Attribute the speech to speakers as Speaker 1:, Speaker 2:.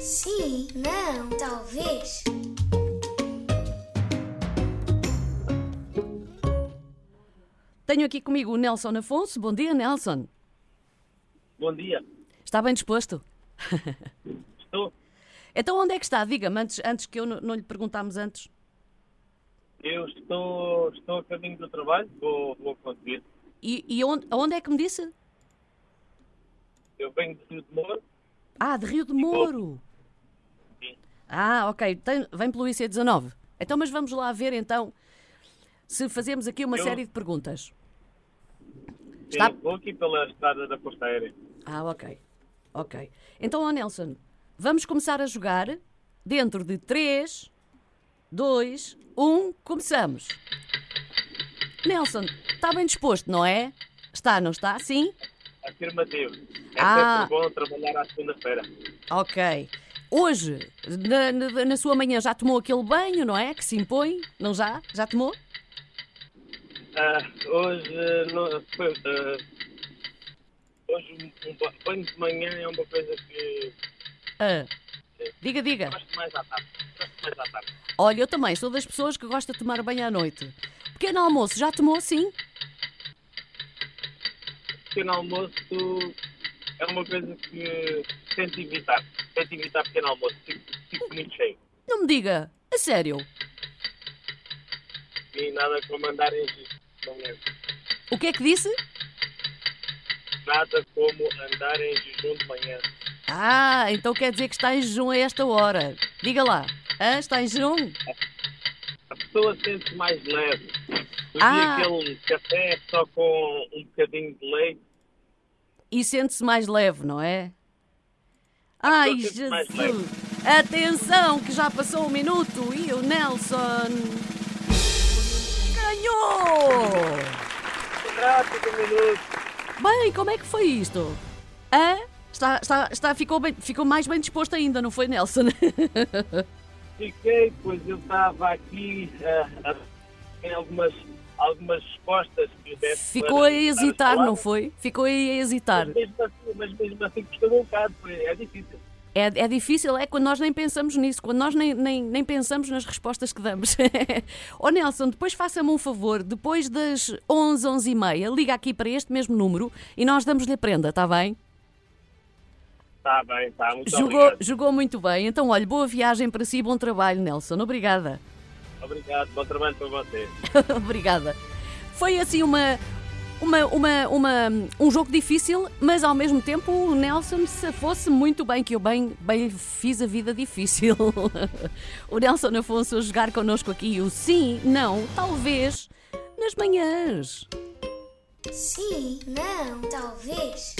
Speaker 1: Sim, não, talvez.
Speaker 2: Tenho aqui comigo o Nelson Afonso. Bom dia, Nelson.
Speaker 3: Bom dia.
Speaker 2: Está bem disposto?
Speaker 3: Estou.
Speaker 2: Então, onde é que está? Diga-me, antes, antes que eu n- não lhe perguntámos antes.
Speaker 3: Eu estou, estou a caminho do trabalho, vou, vou conseguir.
Speaker 2: E, e onde, onde é que me disse?
Speaker 3: Eu venho de Rio de Moro,
Speaker 2: Ah, de Rio de Moro.
Speaker 3: Sim.
Speaker 2: Ah, ok. Tem- vem pelo IC19. Então, mas vamos lá ver então se fazemos aqui uma
Speaker 3: Eu-
Speaker 2: série de perguntas. Está-
Speaker 3: eu vou aqui pela estrada da Costa Aérea.
Speaker 2: Ah, ok. Ok. Então, ó Nelson, vamos começar a jogar dentro de 3, 2, 1, começamos. Nelson, está bem disposto, não é? Está, não está? Sim?
Speaker 3: Afirmativo. É
Speaker 2: Ah.
Speaker 3: sempre bom trabalhar à segunda-feira.
Speaker 2: Ok. Hoje, na, na- na sua manhã, já tomou aquele banho, não é? Que se impõe? Não já? Já tomou?
Speaker 3: Ah, hoje, eh, não, foi, eh, hoje um, um ba- banho de manhã é uma coisa que
Speaker 2: Ah, diga, diga.
Speaker 3: gosto mais à tarde. Gosto mais à tarde.
Speaker 2: Olha, eu também sou das pessoas que gosta de tomar banho à noite. Pequeno almoço, já tomou? Sim?
Speaker 3: Pequeno almoço é uma coisa que tento evitar. Tento evitar pequeno almoço. Fico, fico muito cheio.
Speaker 2: Não me diga. A sério.
Speaker 3: E nada como andar em giro. Não é?
Speaker 2: O que é que disse?
Speaker 3: Nada como andar em jejum de manhã.
Speaker 2: Ah, então quer dizer que está em jejum a esta hora. Diga lá. Ah, está em jejum?
Speaker 3: A pessoa sente-se mais leve. O
Speaker 2: Ah.
Speaker 3: dia aquele café só com um bocadinho de leite,
Speaker 2: E sente-se mais leve, não é? Ai,
Speaker 3: Eu sinto mais
Speaker 2: Jesus! Atenção, que já passou um minuto e o Nelson. ganhou!
Speaker 3: tráfico um minuto.
Speaker 2: Bem, como é que foi isto? Hã? Está, está, está, ficou, bem- ficou mais bem disposto ainda, não foi, Nelson?
Speaker 3: Fiquei, pois eu estava aqui ah, a- em algumas, algumas respostas que desse
Speaker 2: Ficou
Speaker 3: para
Speaker 2: a
Speaker 3: tentar
Speaker 2: hesitar,
Speaker 3: falar,
Speaker 2: não foi? Ficou aí a hesitar.
Speaker 3: Mas mesmo assim, mas mesmo assim custou um bocado, foi- é difícil.
Speaker 2: É, é difícil, é quando nós nem pensamos nisso, quando nós nem, nem, nem pensamos nas respostas que damos. Ó Nelson, depois faça-me um favor, depois das 11, 11 e meia, liga aqui para este mesmo número e nós damos-lhe a prenda, está bem?
Speaker 3: Está Tá bem, está, muito
Speaker 2: Jogou,
Speaker 3: obrigado.
Speaker 2: jogou muito bem, então olha, boa viagem para si e bom trabalho, Nelson, obrigada.
Speaker 3: Obrigado, bom trabalho para vocês.
Speaker 2: Obrigada. Foi assim uma, uma, uma, uma- um jogo difícil, mas ao mesmo tempo o Nelson se fosse muito bem, que eu bem, bem lhe fiz a vida difícil. o Nelson Afonso a jogar connosco aqui o sim, não, talvez, nas manhãs.
Speaker 1: Sim, não, talvez.